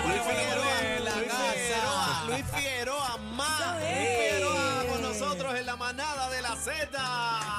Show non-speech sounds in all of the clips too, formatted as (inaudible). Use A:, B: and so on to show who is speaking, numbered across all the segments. A: ponle,
B: Luis
A: ponle,
B: Figueroa
A: ponle,
B: en la
A: Luis
B: casa.
A: Figueroa.
B: Luis Figueroa más. Luis
C: es.
B: Figueroa con nosotros en la manada de la Z.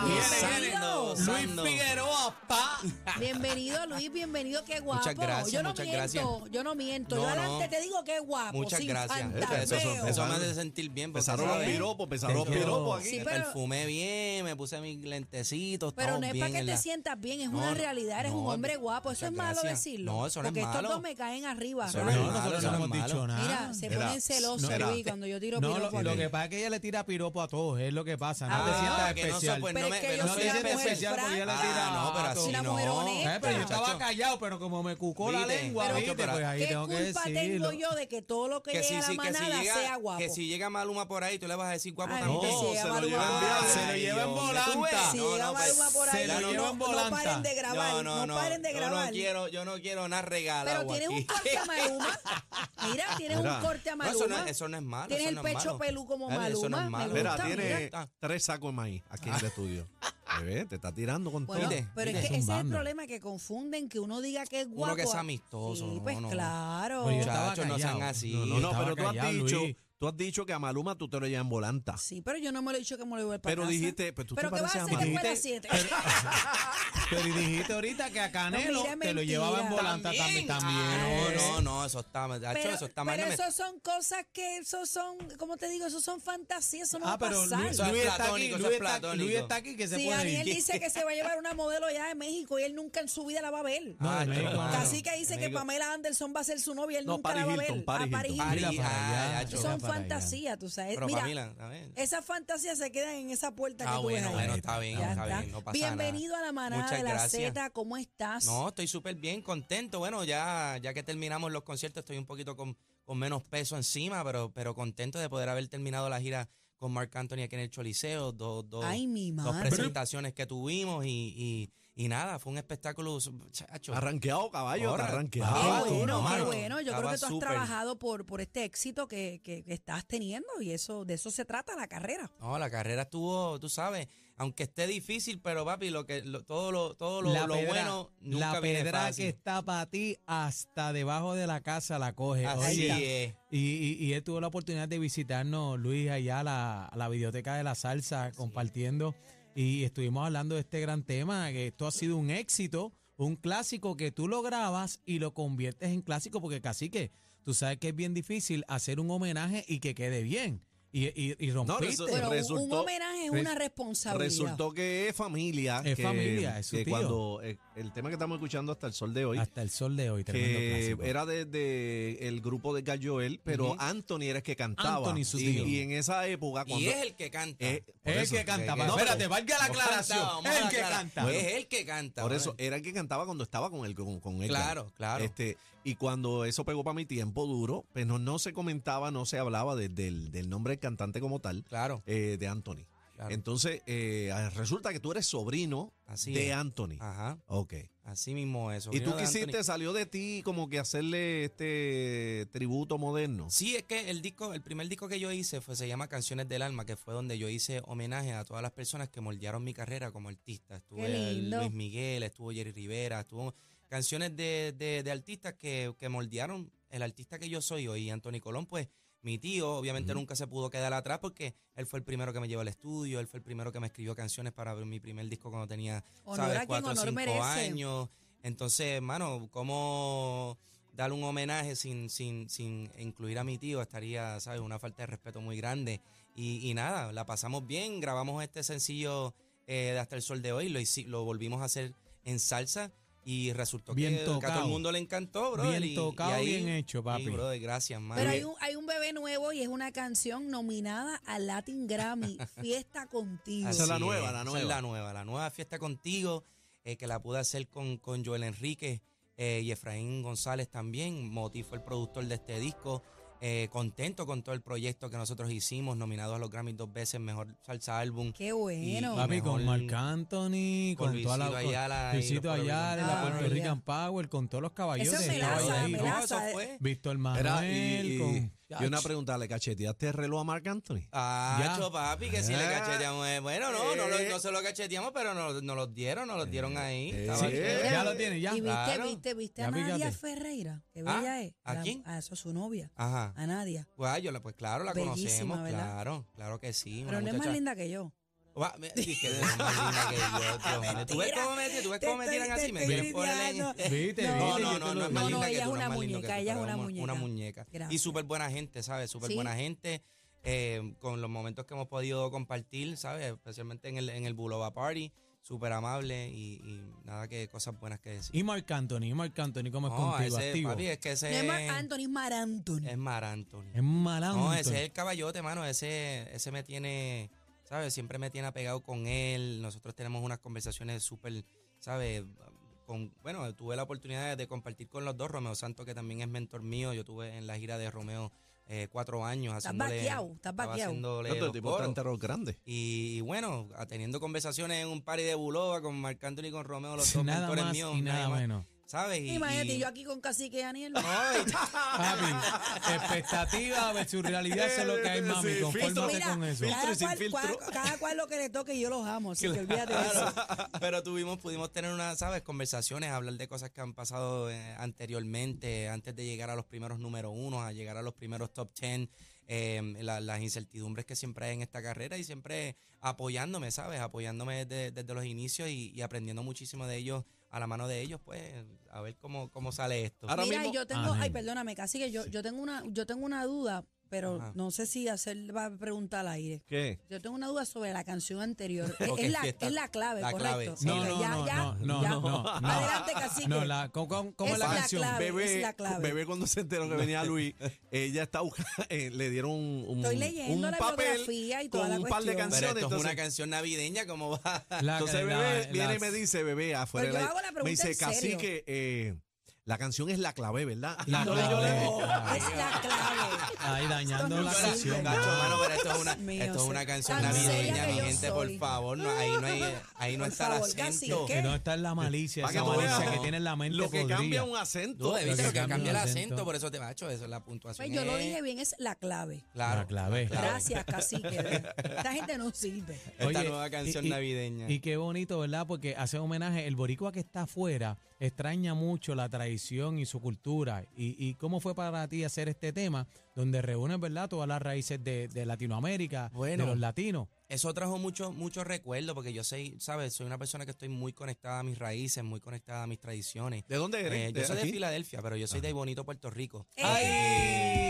C: Viene, viene.
B: Luis
A: Luis
B: Figueroa, pa.
C: Bienvenido Luis, bienvenido, qué guapo.
A: Muchas gracias,
C: yo no
A: muchas
C: miento,
A: gracias.
C: yo no miento. yo
A: No, no.
C: adelante te digo qué guapo.
A: Muchas
C: sin
A: gracias.
C: fantasmeo.
A: Eso, eso- eso me
B: Vale.
A: hace sentir bien. porque,
B: Empezaron los
A: ¿sabes?
B: piropos, empezaron los
A: Tengo-
B: piropos aquí.
C: Sí,
A: me
C: pero-
A: perfumé bien, me puse mis lentecitos.
C: Pero
A: estamos
C: no es
A: bien
C: para que
A: en
C: te
A: la-
C: sientas bien, es
A: No,
C: una
A: no,
C: realidad, eres
A: no,
C: un hombre guapo. Eso
A: muchas
C: es malo
A: gracias.
C: decirlo.
A: No, eso no es
C: Porque estos
A: malo.
C: dos me caen arriba.
A: Eso
B: No,
A: no es
B: no,
A: malo, Ah,
B: nosotros
A: eso no
B: no
A: es
B: hemos
A: malo. Eh,
D: dicho nada.
C: Mira, se
B: Era,
C: ponen celosos,
B: no era.
C: Luis, cuando yo tiro
D: No,
C: piropos.
D: lo, lo
C: Pero
D: que pasa es que ella le tira piropo a todos, es lo que pasa. No
A: Ah,
D: te sientas
A: que no
D: especial. Eh,
A: soy, pues,
C: Pero es
A: me-
C: que
A: me-
C: yo
A: no
C: soy
A: te
C: una
A: sientes
C: mujer
A: especial
C: franca,
A: porque ella le tira
D: Ah,
A: a
D: no, pero
A: todos.
C: soy
A: así
C: una
A: no.
C: mujer
D: Eh, pero yo
C: honesta.
D: estaba
A: Muchacho.
D: callado, pero como me cucó la
A: Viste,
D: lengua,
A: pero-
D: viste,
A: pero-
D: pues ahí
C: ¿Qué
D: tengo que
C: culpa
D: decirlo.
C: tengo yo de que todo lo que,
A: Que
C: llegue
A: si,
C: a la
A: sí, que si
C: manada sea
A: llega,
C: guapo?
A: que si llega Maluma por ahí, tú le vas a decir guapo
C: Ay,
A: también.
C: no, se lo lleva en
A: Ay,
C: volanta. Se lo
B: lleva en
A: Dios mío.
B: volanta.
A: Tú ves,
C: Si
A: no,
C: llega
A: no, pues,
C: Maluma por
D: se
C: ahí,
D: lo
C: no,
D: llevan
C: no, no paren
D: volanta.
C: de grabar, no, paren de
A: Yo
C: grabar.
A: no quiero, yo no quiero nada regalado
C: Pero tienes
A: aquí.
C: un corte a
A: (laughs)
C: Maluma. Mira, tienes
B: Mira.
C: un corte a
A: No,
C: Maluma.
A: eso no es- eso no es malo,
C: Tienes
A: eso
C: el
A: no es
C: pecho
A: malo.
C: pelú como
A: Dale, eso no
C: Maluma.
A: es malo.
C: Me
A: Mira,
B: Mira,
C: gusta,
B: tiene
C: mira.
B: tres sacos de maíz aquí en el estudio. Bebé, te está tirando con
C: Bueno,
B: todo.
A: Mire,
C: pero
A: mire,
C: es que ese es el
D: zumbando.
C: problema, que confunden que uno diga que es guapo.
A: Uno que es amistoso.
C: Sí,
A: no,
C: pues
A: no.
C: claro.
D: Oye,
C: Mucha-
D: estaba
A: Muchachos, no
D: callado.
A: sean así.
B: No, no,
D: Estaba
B: pero tú has
D: callado,
B: dicho,
D: Luis.
B: tú has dicho que a Maluma tú te lo llevas en volanta.
C: Sí, pero yo no me lo he dicho que me lo voy a
B: Pero dijiste, pues, tú te
C: ¿Pero qué vas a
B: pareces a
C: hacer que
B: Maluma.
C: fuera siete? (laughs)
A: (laughs)
D: Pero dijiste ahorita que a Canelo
C: mira,
D: te lo
C: mentira.
D: llevaba en volanta también.
A: Ah,
D: también.
A: No, no, no, eso está mal. Hacho,
C: Pero,
A: eso está mal.
C: pero
A: no me-
C: eso son cosas que, eso son, ¿cómo te digo? Eso son fantasías, eso no
D: Ah,
C: va a
D: pero
C: pasar.
D: Luis,
A: Eso es
D: Luis está aquí,
A: platónico, eso
D: Luis
A: es
D: está aquí,
A: platónico.
D: Luis está aquí, que se
C: Si
D: puede
C: Daniel
D: ir.
C: dice que se va a llevar una modelo allá de México y él nunca en su vida la va a ver.
D: No,
A: Ah,
D: de México,
A: hermano.
C: Casi que dice que
A: México.
C: Pamela Anderson va a ser su novia, él
B: No,
C: nunca
B: Paris
C: la va a ver.
B: Hilton,
C: a
B: Paris
C: Paris
B: Hilton.
A: Paris,
C: Hilton.
D: Mira para
A: ay,
D: allá.
A: ay,
D: Eso
A: hacho.
C: Son
D: Mira para allá.
C: fantasías, tú sabes.
A: Pero
C: Mira,
A: Pamela, a ver.
C: esas fantasías se quedan en esa puerta
A: Ah,
C: que tú
A: bueno,
C: ves ahí.
A: bueno, está bien,
C: Ya
A: está
C: está.
A: bien, no pasa
C: Bienvenido
A: nada.
C: a la manada
A: Muchas
C: de la
A: gracias.
C: Z, ¿cómo estás?
A: No, estoy súper bien, contento. Bueno, ya, ya que terminamos los conciertos, estoy un poquito con, con menos peso encima, pero, pero contento de poder haber terminado la gira con Marc Anthony aquí en el Choliseo. Dos, dos,
C: Ay, mi
A: dos
C: madre.
A: presentaciones que tuvimos y, y, y nada, fue un espectáculo. chacho.
B: Arranqueado, caballo,
A: Ahora,
B: te
C: Qué
B: arranqueado.
A: Ah,
C: bueno,
A: tú,
C: qué
A: mano.
C: bueno. Yo creo
A: Estaba
C: que tú has
A: súper.
C: trabajado por, por este éxito que, que- que estás teniendo y eso de eso se trata la carrera.
A: No, la carrera estuvo, tú sabes, aunque esté difícil, pero papi, lo que, lo- todo lo, todo lo, lo bueno nunca
D: la
A: viene
D: pedra
A: fácil.
D: que está para ti hasta debajo de la casa la coge.
A: Así
D: Oiga,
A: es.
D: Y, y- y él tuvo la oportunidad de visitarnos, Luis, allá a la, a la biblioteca de la salsa, compartiendo. Y estuvimos hablando de este gran tema, que esto ha sido un éxito, un clásico que tú lo grabas y lo conviertes en clásico, porque casi que tú sabes que es bien difícil hacer un homenaje y que quede bien. Y, y, y rompiste.
B: eso-
C: Pero un- un
B: Resultó-
C: homenaje es una responsabilidad.
B: Resultó que es familia.
D: Es
B: que,
D: familia, es su
B: que
D: tío.
B: cuando eh, el tema que estamos escuchando hasta el sol de hoy,
D: Hasta el sol de hoy, tremendo
B: que
D: clásico.
B: era desde el grupo de Galloel, pero
A: Ujú.
B: Anthony era el que cantaba.
D: Anthony, su
B: y,
D: tío.
B: y en esa época, cuando.
A: Y es el que canta.
B: Eh, por
D: Es el
B: eso,
D: que canta, pa-
A: no,
D: espérate,
A: pero-
D: valga la
A: no
D: aclaración.
A: canta, vamos
D: el
A: a
D: que
A: aclarar.
D: canta.
A: es el que canta.
B: Por
A: ¿vale?
B: eso, era el que cantaba cuando estaba con él. Con, con él
A: Claro, claro.
B: Este, y cuando eso pegó para mi tiempo duro, pues no, no se comentaba, no se hablaba de- del, del nombre del cantante como tal,
A: claro,
B: eh, de Anthony.
A: claro.
B: Entonces, eh, resulta que tú eres sobrino
A: Así
B: de
A: es. Ah,
B: Anthony.
A: Ajá,
B: Ok.
A: así mismo eso.
B: ¿Y tú quisiste, salió de ti como que hacerle este tributo moderno?
A: Sí, es que el disco, el primer disco que yo hice fue, se llama Canciones del Alma, que fue donde yo hice homenaje a todas las personas que moldearon mi carrera como artista. Estuve
C: Qué lindo.
A: Luis Miguel, estuvo Jerry Rivera, estuvo canciones de, de- de artistas que, que moldearon el artista que yo soy hoy. Y Anthony Colón, pues, mi tío, obviamente
B: Ujú.
A: nunca se pudo quedar atrás porque él fue el primero que me llevó al estudio, él fue el primero que me escribió canciones para mi primer disco cuando tenía
C: Honor
A: ¿sabes?
C: a quien
A: Cuatro o
C: honor
A: cinco
C: merece.
A: años. Entonces, hermano, ¿cómo dar un homenaje sin, sin, sin incluir a mi tío? Estaría, ¿sabes? Una falta de respeto muy grande. Y, y nada, la pasamos bien, grabamos este sencillo eh, de Hasta el Sol de hoy, lo, hici- lo volvimos a hacer en salsa y resultó que-
D: Bien
A: que, a
D: tocado.
A: todo el mundo le encantó, bro.
D: Bien tocado, bien hecho, papi.
A: gracias, mano.
C: Pero hay un, hay un bebé nuevo y es una canción nominada al
A: (laughs)
C: Latin Grammy, Fiesta Contigo.
B: Esa es la
A: Así
B: nueva, la
A: esa
B: nueva.
A: es la nueva, la nueva fiesta contigo. eh, que la pude hacer con, con Joel Enrique eh, y Efraín González también. Moti fue el productor de este disco. Eh, contento con todo el proyecto que nosotros hicimos, nominados a los Grammys dos veces, mejor salsa álbum.
C: Qué bueno.
A: Y-
D: Papi,
A: mejor-
D: con Marc Anthony, con,
A: con
D: toda la.
A: Luisito
D: con
A: Ayala y los
D: Luisito
A: Puerto
D: Ayala, la
C: Ricanos.
D: Puerto
C: Ah,
D: Rican Power, con todos los caballeros.
C: Eso es
D: que estaban
C: melaza,
D: ahí.
A: No, eso
C: melaza.
A: fue.
D: Víctor Manuel,
B: Era, y,
D: con.
B: y- y una pregunta, ¿le cacheteaste el reloj a Marc Anthony?
A: Ah,
D: Ya.
A: cho, papi, que si le
B: Ah.
A: cacheteamos. eh, Bueno, no, no, lo- no se lo cacheteamos, pero nos no los dieron, nos los dieron ahí.
B: eh.
A: Estaba
D: Sí,
A: chévere.
D: ya lo tiene, ya.
C: Y viste,
A: Claro.
C: viste, viste a
D: Ya,
C: Nadia
D: fíjate.
C: Ferreira. Qué
A: Ah,
C: bella es.
A: ¿a
C: La-
A: quién?
C: A eso, su novia.
A: Ajá.
C: A Nadia.
A: Guay, yo la- pues claro, la
C: Bellísima,
A: conocemos,
C: ¿verdad?
A: claro, claro que sí. una
C: Pero no es más
A: muchacha-
C: linda que yo.
A: Guau, me- y que es más linda
C: (laughs)
A: que yo, Dios mío. Tú ves
C: Ah, Mentira.
A: cómo me, tú ves
C: Te
A: cómo me
C: estoy-
A: tiran
C: te
A: así, me
C: estoy
A: quieren poner
C: (laughs)
A: en-
C: lidiando.
D: Viste, viste.
A: No,
D: yo
A: no, no,
D: te lo-
A: no es
C: no,
A: más
C: no,
A: linda que
C: ella
A: tú,
C: es
A: no
C: una
A: más lindo
C: muñeca,
A: que tú,
C: ella es
A: pero
C: una
A: mu-
C: muñeca.
A: Una muñeca. Y
C: Gracias.
A: súper buena gente, ¿sabes? Súper
C: Sí.
A: buena gente. eh, con los momentos que hemos podido compartir, ¿sabes? Especialmente en el, en el Bulova Party. Súper amable y, y nada que cosas buenas que decir.
D: Y Marc Anthony, Marc Anthony, ¿cómo es
A: No,
D: contigo?
A: ese,
D: activo.
A: papi, es que ese
C: No es Mar
A: es-
C: Anthony, es Mar Anthony.
A: es Mar Anthony.
D: Es malando.
A: No, ese es el caballote, mano. Ese, ese me tiene, ¿sabes? Siempre me tiene apegado con él. Nosotros tenemos unas conversaciones súper, ¿sabes? Con, bueno, tuve la oportunidad de, de compartir con los dos. Romeo Santos, que también es mentor mío. Yo tuve en la gira de Romeo eh, cuatro años haciéndole...
C: vaqueado, estás
A: estaba
C: vaqueado.
A: haciéndole
B: Otro
A: los
B: tipo
A: coros.
B: bastante rock grande.
A: Y, y bueno, a- teniendo conversaciones en un party de Buloba con Marc Anthony y con Romeo, los dos
D: Nada
A: mentores
D: más
A: míos.
D: y nada menos.
A: ¿Sabes? Y-
C: Imagínate,
A: y-
C: yo aquí con Cacique Daniel.
A: No, y-
D: Papi, expectativa versus realidad, eso es lo que hay, mami.
B: Sí,
D: Confórmate
C: Pues Mira,
D: con eso.
B: filtro
C: Cada
B: y sin
C: cual,
B: filtro.
C: cua- cada cual lo que le toque, yo los amo. Así que olvídate de eso.
A: (laughs) Claro, (laughs) pero tuvimos, pudimos tener unas, ¿sabes? Conversaciones, hablar de cosas que han pasado eh, anteriormente, antes de llegar a los primeros número uno, a llegar a los primeros top ten, eh, la- las incertidumbres que siempre hay en esta carrera y siempre apoyándome, ¿sabes? Apoyándome desde, desde los inicios y, y aprendiendo muchísimo de ellos, a la mano de ellos, pues, a ver cómo, cómo sale esto.
B: Ahora
C: Mira,
B: mismo-
C: yo tengo,
A: Ah,
D: Ajá.
C: ay, perdóname, Cacique, yo, yo tengo una, yo tengo una duda, pero
A: Ajá.
C: no sé si hacer va a preguntar al aire.
B: ¿Qué?
C: Yo tengo una duda sobre la canción
A: (laughs)
C: anterior. Es-
A: Ok,
C: es, la,
A: fiesta.
C: es la clave,
A: La
C: correcto.
A: clave, sí.
D: No,
C: Ok,
D: no,
C: ya,
D: no,
C: ya,
D: no,
C: ya.
D: no, no, no.
C: Adelante, Cacique.
D: No, la, ¿cómo, cómo- cómo es
C: Esa
D: la
C: es la
D: canción?
C: clave.
B: Bebé,
C: es la clave.
B: bebé cuando se enteró que venía Luis, ella está buscando, eh, le dieron un, un-
C: Estoy leyendo
B: un
C: la
B: papel
C: biografía y
B: con
C: toda la
B: un par de
C: cuestión.
B: canciones.
A: Pero esto es
B: entonces-
A: una canción navideña, ¿cómo va?
D: La-
B: Entonces
D: la-
B: bebé
D: la-
B: viene y me dice, bebé, afuera.
C: Pero
B: del
C: yo
B: aire,
C: hago la
B: me
C: pregunta
B: dice,
C: en serio.
B: cacique, eh, la canción es la clave, ¿verdad? Y
D: La
B: yo le- yo le-
D: clave.
C: Es la clave.
D: Ahí dañando
C: Esto no
D: la
C: sirve.
A: (laughs)
D: canción.
A: Gacho,
D: mano.
A: mano, pero esto es una,
C: Dios mío,
A: esto es
C: sí.
A: una canción
C: Tan seria
A: navideña,
C: que
A: mi
C: yo
A: gente,
C: soy.
A: por favor. No, ahí no, hay, ahí no
C: Por
A: está
C: favor,
A: el acento.
C: cacique.
D: Que no está en la malicia,
B: Para que
D: esa
B: tú
D: malicia
B: veas
D: que tiene en la mente.
B: Lo que
D: podrida.
B: cambia un acento.
A: Tú debiste
D: Lo
A: que,
D: que cambia
A: cambia el
D: el
A: acento,
D: acento.
A: por eso te macho, eso es la puntuación.
C: Pues yo lo
A: es-
C: dije bien, es la clave.
A: Ah, Claro,
D: La clave.
A: Claro.
C: Gracias, Cacique. Esta gente no sirve.
A: Esta
D: Oye,
A: nueva
D: y-
A: canción
D: y-
A: navideña.
D: Y qué bonito, ¿verdad? Porque hace homenaje. El boricua que está afuera extraña mucho la tradición y su cultura. Y, y cómo fue para ti hacer este tema donde reúnes, ¿verdad? Todas las raíces de, de Latinoamérica,
A: Bueno.
D: de los latinos.
A: eso trajo muchos muchos recuerdos porque yo soy, sabes, soy una persona que estoy muy conectada a mis raíces, muy conectada a mis tradiciones.
B: ¿De dónde eres?
A: Eh, yo
B: ¿De
A: soy de
B: aquí?
A: Filadelfia, pero yo soy de bonito Puerto Rico.
C: Eh.
A: Ah,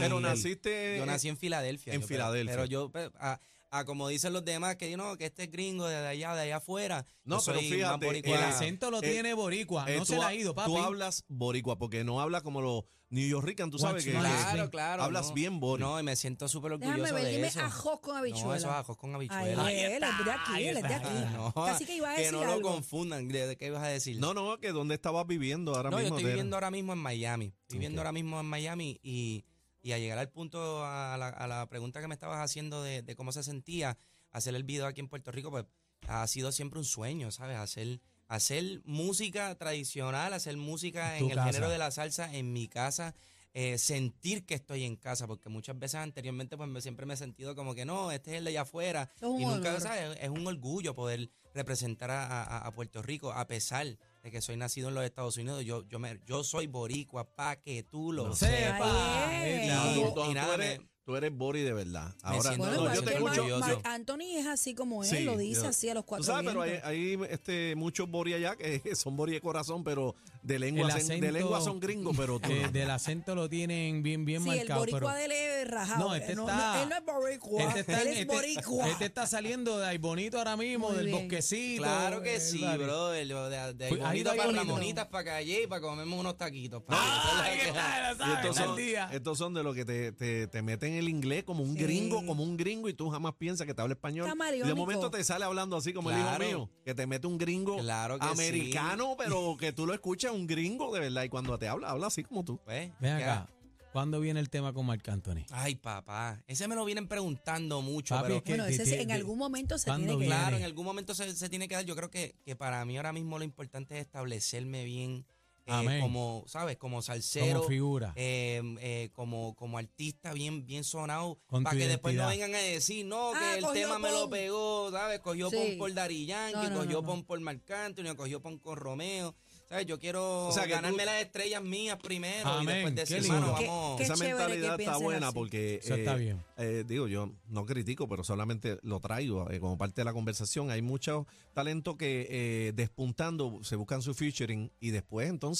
B: Pero naciste. eh,
A: Yo nací en Filadelfia.
B: en
A: yo,
B: Filadelfia.
A: Pero, pero yo, pe- a, a como dicen los demás, que no, que este es gringo de allá, de allá afuera.
B: No,
A: yo
B: pero
A: soy
B: fíjate,
A: más boricua.
D: El
B: eh,
D: acento lo
B: eh,
D: tiene boricua.
B: eh,
D: no
B: tú
D: se le
B: ha-
D: ha ido, papi.
B: Tú hablas boricua porque no hablas como los neoyorrican, tú sabes que.
D: Watch my-
B: que-
A: Claro, claro.
B: Hablas
A: no.
B: bien boricua.
A: No, y me siento súper orgulloso
C: Déjame ver,
A: de
C: dime
A: eso.
C: ajos con habichuela.
A: No, esos ajos con
C: Ay,
A: habichuela.
C: él, él es de aquí, él es de aquí.
A: Ah, no,
C: Casi que iba a
A: que
C: decir
A: no lo
C: algo.
A: confundan. ¿De de qué ibas a decir?
B: No, no, que dónde estabas viviendo ahora
A: No, yo
B: mismo.
A: estoy
B: Te-
A: viviendo ahora mismo en Miami. Estoy viviendo
B: Ok.
A: ahora mismo en Miami y, y a llegar al punto, a la, a la pregunta que me estabas haciendo de, de cómo se sentía hacer el video aquí en Puerto Rico, pues ha sido siempre un sueño, ¿sabes? Hacer, hacer música tradicional, hacer música
D: En tu
A: en el
D: casa.
A: género de la salsa en mi casa. eh, sentir que estoy en casa, porque muchas veces anteriormente pues me- siempre me he sentido como que no, este es el de allá afuera,
C: Es un
A: y nunca,
C: honor.
A: ¿sabes? Es un orgullo poder representar a, a- a Puerto Rico, a pesar de que soy nacido en los Estados Unidos. Yo, yo, me, yo soy boricua, pa' que tú lo sepas.
D: ¡Sepa!
C: Ay,
D: Eh,
C: eh.
B: No,
A: Y-
B: tú, tú-
A: y
B: tú
A: nada,
B: eres,
A: me-
B: tú eres Bori de verdad. Ahora,
A: siento
B: no,
C: Bueno,
A: igual
B: no, yo
C: igual que
B: te
A: Mar-
B: escucho.
C: Marc
A: orgulloso.
C: Marc Anthony es así como él,
B: Sí,
C: lo dice
B: yo-
C: así a los
B: Tú
C: cuatro
B: sabes, pero hay,
C: vientos.
B: (laughs) hay, este, muchos Bori allá que son Bori de corazón, pero de lengua,
D: El
B: sen- de
D: acento-
B: lengua son gringos, pero tú
D: (laughs) Eh,
B: no.
D: del acento lo tienen bien, bien
C: Sí, el
D: marcado. pero-
C: boricua de él es rajado.
D: No, este
C: Eh,
D: está-
C: él no es boricua,
D: Este está,
C: él
D: este-
C: es boricua.
D: este está saliendo de ahí bonito ahora mismo,
C: Muy
D: del
C: bien.
D: bosquecito.
A: Claro que
D: eh,
A: sí,
D: vale. (laughs)
A: bro. De, de, de ahí
D: Fui- ahí
A: bonito
D: está
A: para
D: bonito.
A: Ramonitas, para calle y para comerme unos taquitos. pa.
D: Ay, ¿qué tal?
B: Y estos,
D: ¿Sabes?
B: son,
D: Al día.
A: eh,
B: estos son de los que te, te- te meten el inglés como un
C: Sí.
B: gringo, como un gringo, y tú jamás piensas que te habla español. Y
C: Camaleónico.
B: de momento te sale hablando así como
A: Claro.
B: el hijo mío, que te mete un gringo
A: Claro que
B: americano, pero que tú lo escuchas un gringo de verdad. Y cuando te habla, habla así como tú.
A: Pues,
D: Ven
A: ¿qué
D: acá. ¿Cuándo viene el tema con Marc Anthony?
A: Ay, papá. Ese me lo vienen preguntando mucho,
D: Papi,
A: pero
D: es que-
C: bueno, ese
D: de-
C: sí,
D: de-
C: en
D: de-
C: algún momento se
D: ¿cuándo
C: tiene que
D: viene?
A: Claro, en algún momento se, se tiene que dar. Yo creo que, que para mí ahora mismo lo importante es establecerme bien eh,
D: Amén.
A: como, ¿sabes? Como salsero.
D: Como figura.
A: eh, eh, como, como artista bien, bien sonado
D: Con
A: para
D: tu
A: que después no
D: identidad.
A: vengan a decir no que
C: Ah,
A: el
C: cogió
A: tema me lo
C: pon.
A: pegó ¿sabes? cogió
C: Sí.
A: pon por Dari Yankee
C: No, no, no,
A: cogió
C: no.
A: pon por Marc Anthony cogió pon con Romeo ¿sabes? yo quiero
B: O sea, que
A: ganarme
B: tú-
A: las estrellas mías primero
D: Amén,
A: y
D: qué
A: después decir
D: lindo.
A: mano
C: Qué-
A: vamos
C: qué
B: Esa
C: chévere que
B: mentalidad está
C: piensen
B: buena
C: así.
B: porque.
D: Eso está bien.
B: eh, digo, yo no critico, pero solamente lo traigo eh, como parte de la conversación. Hay muchos talentos que eh, despuntando se buscan su featuring y después entonces.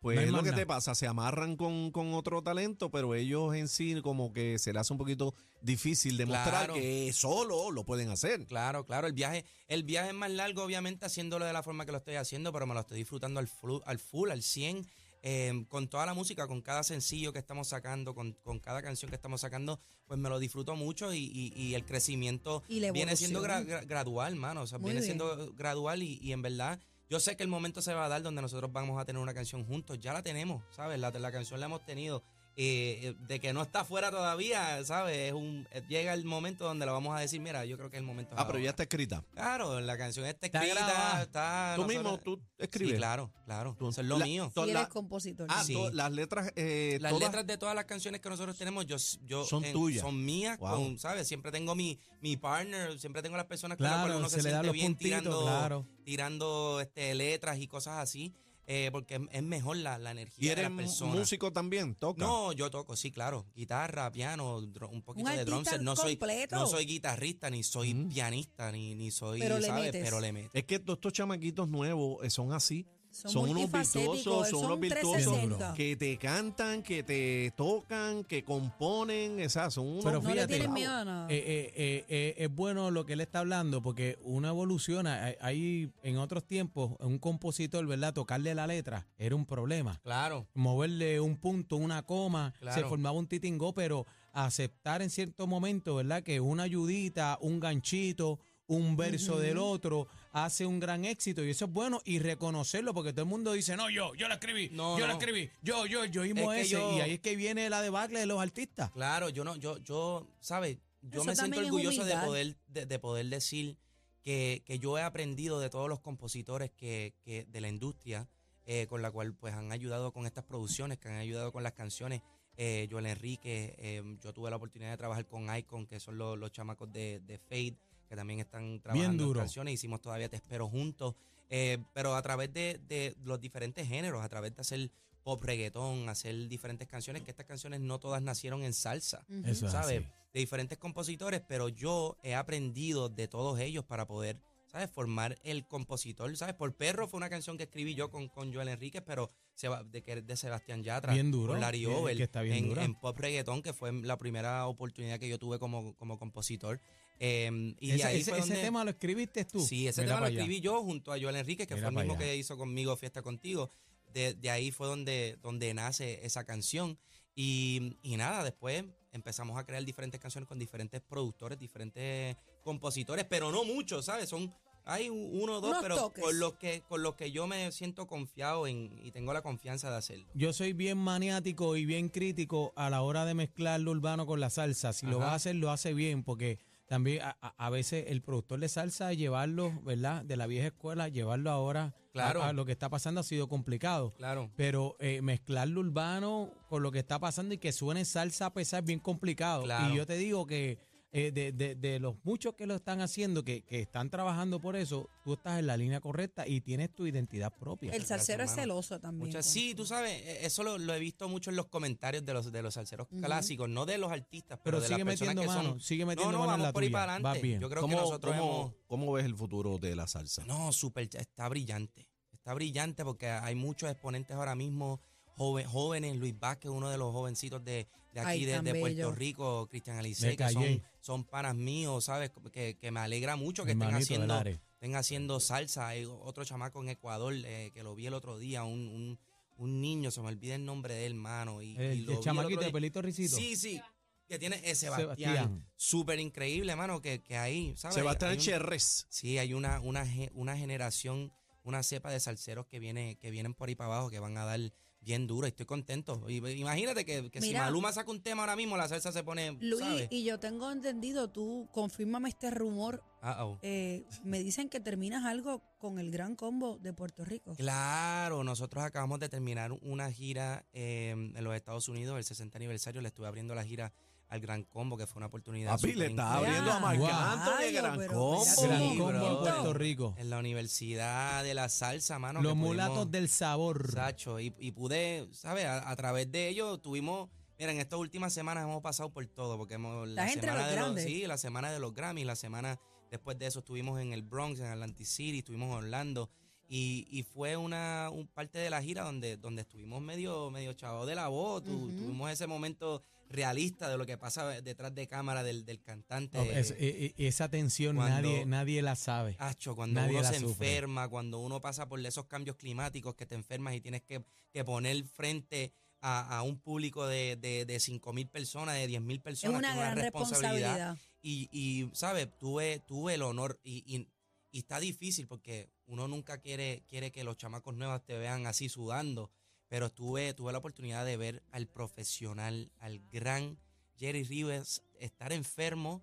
B: Pues
D: No hay
B: es lo
D: más
B: que
D: nada.
B: te pasa, se amarran con, con otro talento, pero ellos en sí como que se les hace un poquito difícil demostrar
A: Claro.
B: que solo lo pueden hacer. Ah,
A: Claro, claro, el viaje, el viaje es más largo, obviamente, haciéndolo de la forma que lo estoy haciendo, pero me lo estoy disfrutando al, flu- al full, al 100, eh, con toda la música, con cada sencillo que estamos sacando, con, con cada canción que estamos sacando, pues me lo disfruto mucho y, y- y el crecimiento
C: Y la
A: viene siendo
C: evolución.
A: gra- gra- gradual, mano, o sea,
C: Muy
A: viene
C: bien.
A: siendo gradual y, y en verdad... Yo sé que el momento se va a dar donde nosotros vamos a tener una canción juntos. Ya la tenemos, ¿sabes? La, la canción la hemos tenido. Eh, eh, de que no está fuera todavía, ¿sabes? Es un, eh, llega el momento donde la vamos a decir, mira, yo creo que es el momento.
B: Ah, pero ya
A: ahora".
B: está escrita.
A: Claro, la canción está
D: Está
A: escrita,
D: grabada.
A: está.
B: Tú
A: nosotros-
B: mismo, tú escribes.
A: Ah, Sí, claro, claro.
B: Tú-
A: Eso es lo
B: la-
A: mío.
B: to-
C: Si eres
B: la-
C: compositor.
B: Ah,
A: Sí.
B: to- las letras... eh,
A: Las
B: todas-
A: letras de todas las canciones que nosotros tenemos, yo, yo
B: Son tuyas.
A: son mías,
B: Wow.
A: con, ¿sabes? Siempre tengo mi, mi partner, siempre tengo las personas con las cuales
D: Claro,
A: uno
D: se,
A: se,
D: le dan
A: siente
D: los
A: bien
D: puntitos,
A: tirando,
D: claro.
A: tirando este, letras y cosas así, eh, porque es, es mejor la, la
B: ¿Y
A: energía de
B: eres
A: las personas.
B: músico también? ¿Toca?
A: No, yo toco, sí, claro. Guitarra, piano, dro- un poquito
C: Un
A: de drum
C: artista
A: set. No soy,
C: completo.
A: no soy guitarrista, ni soy
B: Mm.
A: pianista, ni, ni soy,
C: Pero le
A: ¿sabes?
C: metes.
A: Pero le meto.
B: Es que todos estos chamaquitos nuevos eh, son así. Son, unos
C: multifacéticos,
B: virtuosos, son unos virtuosos
C: 360.
B: que te cantan, que te tocan, que componen, o sea, son unos
D: Pero
C: No le
D: fíjate,
C: tienen
D: wow.
C: miedo a nada.
D: Eh, eh, eh, eh, es bueno lo que él está hablando porque uno evoluciona. Hay, hay- en otros tiempos, un compositor, ¿verdad? Tocarle la letra era un problema.
A: Claro.
D: Moverle un punto, una coma,
A: Claro.
D: se formaba un titingó, pero aceptar en cierto momento, ¿verdad? Que una ayudita, un ganchito, un verso del otro hace un gran éxito y eso es bueno y reconocerlo porque todo el mundo dice, no, yo, yo la escribí,
A: No,
D: yo la
A: no.
D: escribí, yo, yo, yo mismo
A: Es que
D: ese.
A: yo-
D: Y ahí es que viene la debacle de los artistas.
A: Claro, yo no, yo, yo, ¿sabes? Yo
C: Eso
A: me siento
C: también es
A: orgulloso de
C: humildad.
A: poder, de, de poder decir que, que yo he aprendido de todos los compositores que, que de la industria eh, con la cual pues han ayudado con estas producciones, que han ayudado con las canciones. Eh, Joel Enrique, eh, yo tuve la oportunidad de trabajar con Icon, que son los, los chamacos de, de Fade, que también están trabajando en
D: duro.
A: canciones. Hicimos todavía Te Espero Juntos, eh, pero a través de, de los diferentes géneros, a través de hacer pop, reggaetón, hacer diferentes canciones, que estas canciones no todas nacieron en salsa,
C: Ujú.
D: Eso es
A: ¿sabes?
D: así.
A: De diferentes compositores, pero yo he aprendido de todos ellos para poder, ¿sabes? Formar el compositor, ¿sabes? Por Perro fue una canción que escribí yo con, con Joel Enríquez, pero Seba- de, que- de Sebastián Yatra,
D: Bien duro,
A: con Larry
D: que-
A: Over,
D: que está bien
A: en,
D: dura.
A: en pop reggaetón, que fue la primera oportunidad que yo tuve como, como compositor. Eh, y de
D: ese
A: ahí
D: ese-
A: fue
D: ese
A: donde-
D: tema lo escribiste tú.
A: Sí, ese tema
D: Mira pa'
A: lo
D: allá.
A: escribí yo junto a Joel Enrique, que
D: Mira
A: fue el
D: pa'
A: mismo
D: allá.
A: que hizo conmigo Fiesta Contigo. De, de ahí fue donde, donde nace esa canción. Y, y nada, después empezamos a crear diferentes canciones con diferentes productores, diferentes compositores, pero no muchos, ¿sabes? Son, hay u- uno o dos,
C: Unos
A: pero
C: toques.
A: con los, que, con los que yo me siento confiado en, y tengo la confianza de hacerlo.
D: Yo soy bien maniático y bien crítico a la hora de mezclar lo urbano con la salsa. Si lo
A: Ajá.
D: va a hacer, lo hace bien, porque también a, a- a veces el productor de salsa, llevarlo, ¿verdad? De la vieja escuela, llevarlo ahora a-
A: Claro.
D: a, lo que está pasando ha sido complicado.
A: Claro.
D: Pero eh, mezclar lo urbano con lo que está pasando y que suene salsa a pesar es bien complicado.
A: Claro.
D: Y yo te digo que eh, de, de- de los muchos que lo están haciendo, que, que están trabajando por eso, tú estás en la línea correcta y tienes tu identidad propia.
C: El salsero es
A: hermano.
C: celoso también.
A: Muchas-
C: con-
A: sí, tú sabes, eh, eso lo, lo he visto mucho en los comentarios de los, de los salseros
C: Ujú.
A: clásicos, no de los artistas, pero,
D: Pero
A: de las
D: sigue
A: personas
D: metiendo
A: que son
D: mano, sigue metiendo
A: no, no,
D: mano en
A: vamos
D: la
A: por ahí
D: tuya.
A: para
D: Vas
A: adelante.
D: bien.
A: Yo creo que
B: ¿Cómo,
A: nosotros
B: cómo-
A: hemos.
B: cómo ves el futuro de la salsa?
A: No, súper, está brillante. Está está brillante porque hay muchos exponentes ahora mismo joven- jóvenes. Luis Vázquez, uno de los jovencitos de, de aquí,
C: Ay,
A: de,
C: tan
A: de
C: bello.
A: Puerto Rico, Cristian Alice,
D: Me
A: que
D: callé.
A: son, son panas míos, ¿sabes? Que, que me alegra mucho que estén
D: Hermanito del
A: haciendo
D: área.
A: estén haciendo salsa. Hay otro chamaco en Ecuador eh, que lo vi el otro día, un, un, un niño, se me olvida el nombre de él, mano. Y, y
D: El,
A: lo vi
D: el chamaquito
A: otro
D: de
A: día.
D: pelito ricito.
A: Sí, sí. Que tiene eh, Sebastián.
D: Sebastián.
A: Súper increíble, mano, que, que ahí, ¿sabes?
B: Sebastián
A: Hay un-
B: Cherres.
A: Sí, hay una, una, ge- una generación, una cepa de salseros que, viene, que vienen por ahí para abajo que van a dar bien duro. y Estoy contento. Y- Imagínate que, que si
C: Mira.
A: Maluma saca un tema ahora mismo, la salsa se pone,
C: Luis,
A: ¿sabes?
C: y yo tengo entendido, tú confírmame este rumor.
A: Ah, oh.
C: eh, me dicen que terminas algo con el gran combo de Puerto Rico.
A: Claro, nosotros acabamos de terminar una gira eh, en los Estados Unidos, el 60 aniversario, le estuve abriendo la gira al Gran Combo, que fue una oportunidad.
B: Papi, le
A: súper
B: está
A: increíble.
B: abriendo a Marc
D: Wow.
B: Anthony,
C: Ay,
B: gran
C: pero
B: combo.
C: espérate.
D: Gran
C: Sí,
D: combo en
C: bro.
D: Puerto Rico.
A: En la Universidad de la Salsa, mano.
D: Los
A: que pudimos-
D: mulatos del sabor.
A: Sacho, y, y pude, ¿sabes? A, a través de ello tuvimos, mira, en estas últimas semanas hemos pasado por todo, porque hemos, la
C: Estás entre
A: semana
C: los
A: de
C: grandes.
A: sí, la semana de los Grammys, la semana después de eso estuvimos en el Bronx, en Atlantic City, estuvimos en Orlando, y, y fue una un parte de la gira donde, donde estuvimos medio, medio chavados de la voz, tu-
C: Ujú.
A: tuvimos ese momento realista de lo que pasa detrás de cámara del, del cantante.
D: Ok, es- e- e- esa tensión
A: cuando- Ah,
D: nadie, nadie la sabe.
A: Acho, cuando
D: Nadie
A: uno
D: la
A: se
D: sufre.
A: enferma, cuando uno pasa por esos cambios climáticos que te enfermas y tienes que, que poner frente a, a un público de, de, de 5 mil personas, de 10 mil
C: es
A: personas,
C: una
A: tiene
C: gran responsabilidad.
A: Y, y ¿sabes? Tuve, tuve el honor y, y, y está difícil porque uno nunca quiere, quiere que los chamacos nuevos te vean así sudando, pero tuve, tuve la oportunidad de ver al profesional, al gran Jerry Rivers estar enfermo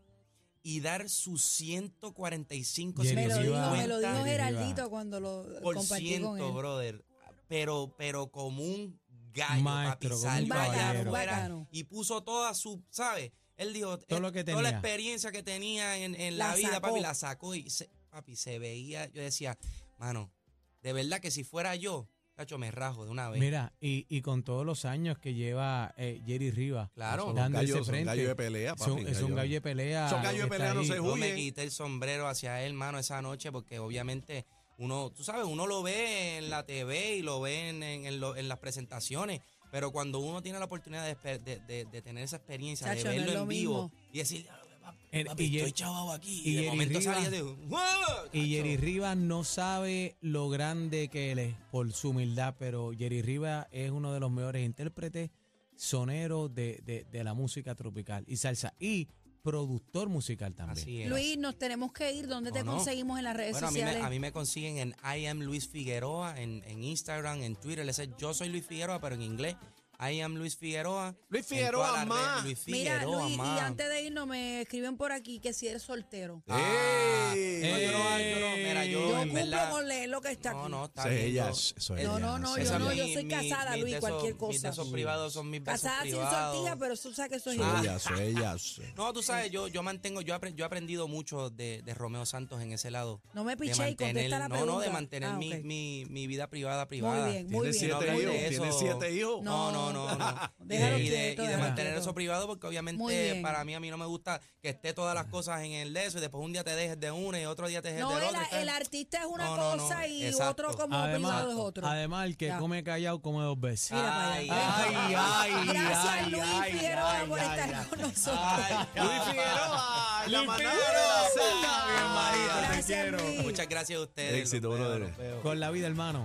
A: y dar sus 145
D: Jerry
C: Me lo dijo, me lo
A: 150
C: dijo
D: Cuenta.
C: Geraldito cuando lo
A: por
C: compartí con
A: ciento,
C: él.
A: brother. Pero, pero como un gallo, papi,
D: Maestro, como un
A: salió allá
D: caballero.
C: Un
A: afuera
C: bacano.
A: y puso toda su, ¿sabes? Él dijo,
D: Todo
A: eh,
D: lo que
A: toda la
D: tenía.
A: experiencia que tenía en, en la,
C: La
A: vida,
C: sacó.
A: papi, la sacó y se, papi, se veía, yo decía, mano, de verdad que si fuera yo, cacho, me rajo de una vez.
D: Mira, y, y con todos los años que lleva eh, Jerry Rivas
A: Claro. Son
D: dando
B: gallos,
D: ese
B: son
D: frente.
B: gallos de pelea,
D: Son-
B: papi,
D: es un
B: gallos.
D: gallo de pelea.
B: Son gallos de
D: que está
B: pelea, no
D: ahí.
B: se
A: Yo me
B: huye.
A: quité el sombrero hacia él, mano, esa noche, porque obviamente uno, tú sabes, uno lo ve en la TV y lo ve en, en- en lo- en las presentaciones, pero cuando uno tiene la oportunidad de, esper- de- de- de tener esa experiencia,
C: Chacho,
A: de
C: no es
A: verlo
C: lo
A: en vivo
C: mismo.
A: y decir, "Ya,
D: El-
A: papi,
D: Eh, y Jer-
A: estoy chavado aquí,
D: y
A: y, de
D: Jerry
A: momento
D: Rivas-
A: salía de... "Wow",
D: Y
A: chacho.
D: Jerry Rivas no sabe lo grande que él es por su humildad, pero Jerry Rivas es uno de los mejores intérpretes soneros de, de- de la música tropical y salsa y productor musical también.
A: Así es.
C: Luis, nos tenemos que ir. ¿Dónde te
A: ¿O no?
C: conseguimos en las redes
A: Bueno, a mí, me,
C: sociales?
A: a mí me consiguen en I am Luis Figueroa, en, en Instagram, en Twitter. Ese es yo soy Luis Figueroa, pero en inglés. I am Luis Figueroa.
B: Luis
A: En todas
B: Figueroa,
A: las
B: ma.
A: redes, Luis Figueroa,
C: Mira, Luis,
A: ma.
C: y antes de irnos me escriben por aquí que si eres soltero.
A: Ah,
B: ¡Ey!
A: no, yo no, yo no, mira, yo,
C: Yo
A: en
C: cumplo
A: verdad.
C: con leer lo que está
A: no,
C: aquí.
A: no, está
B: Sí,
A: bien,
B: ella
A: yo-
B: es- eso
A: eh,
B: es
C: No, no,
B: ella,
C: no,
B: sí.
C: yo
A: esa
C: no,
A: es
C: yo
A: mi-
C: soy
A: mi-
C: casada,
A: mis
C: Luis,
A: besos-
C: cualquier
A: Mis
C: cosa.
A: besos privados son mis besos
C: Casada sin
A: privados. Ah,
C: sortija, pero tú sabes que soy
B: Soy
C: yo.
B: ella, soy ella, soy-
A: (laughs) No, tú sabes, yo, yo mantengo, yo, apre- yo he aprendido mucho de, de Romeo Santos en ese lado.
C: No me
A: De
C: piché y contesta la
A: no,
C: pregunta.
A: no, de mantener
C: Ah,
A: mi-
C: ok.
A: mi, mi vida privada, privada.
C: bien, muy bien.
B: Tiene
A: No
B: siete
A: hablamos
B: hijos,
A: de
B: tiene
A: eso.
B: siete hijos.
A: No, no,
C: (laughs)
A: no. no.
C: Déjalo
A: y, de,
C: quieto,
A: y de
C: déjalo
A: mantener
C: quieto.
A: eso privado, porque
C: Muy
A: obviamente
C: bien.
A: para mí a mí no me gusta que esté todas las cosas en el de eso y después un día te dejes de una y otro día te dejes
C: No,
A: del
C: el,
A: otro.
C: el artista es una
A: No, no, no,
C: cosa y
A: exacto.
C: otro como privado es otro.
D: además, el que
C: Ya.
D: come callado come dos veces.
C: Mira para
A: Ay,
C: allá.
A: (laughs)
D: ay, ay,
C: Gracias,
D: ay,
C: Luis
D: ay,
C: Figueroa,
D: ay,
C: por
D: ay,
C: estar
D: ay.
C: con nosotros. (laughs)
B: Luis Figueroa, la
D: Luis
B: manada de
D: Figueroa.
B: la salsa.
D: Ave María, te
C: Gracias,
D: quiero.
C: Luis.
A: Muchas gracias a ustedes.
B: Éxito,
A: los veo,
B: brother.
A: los veo.
D: Con la vida, hermano.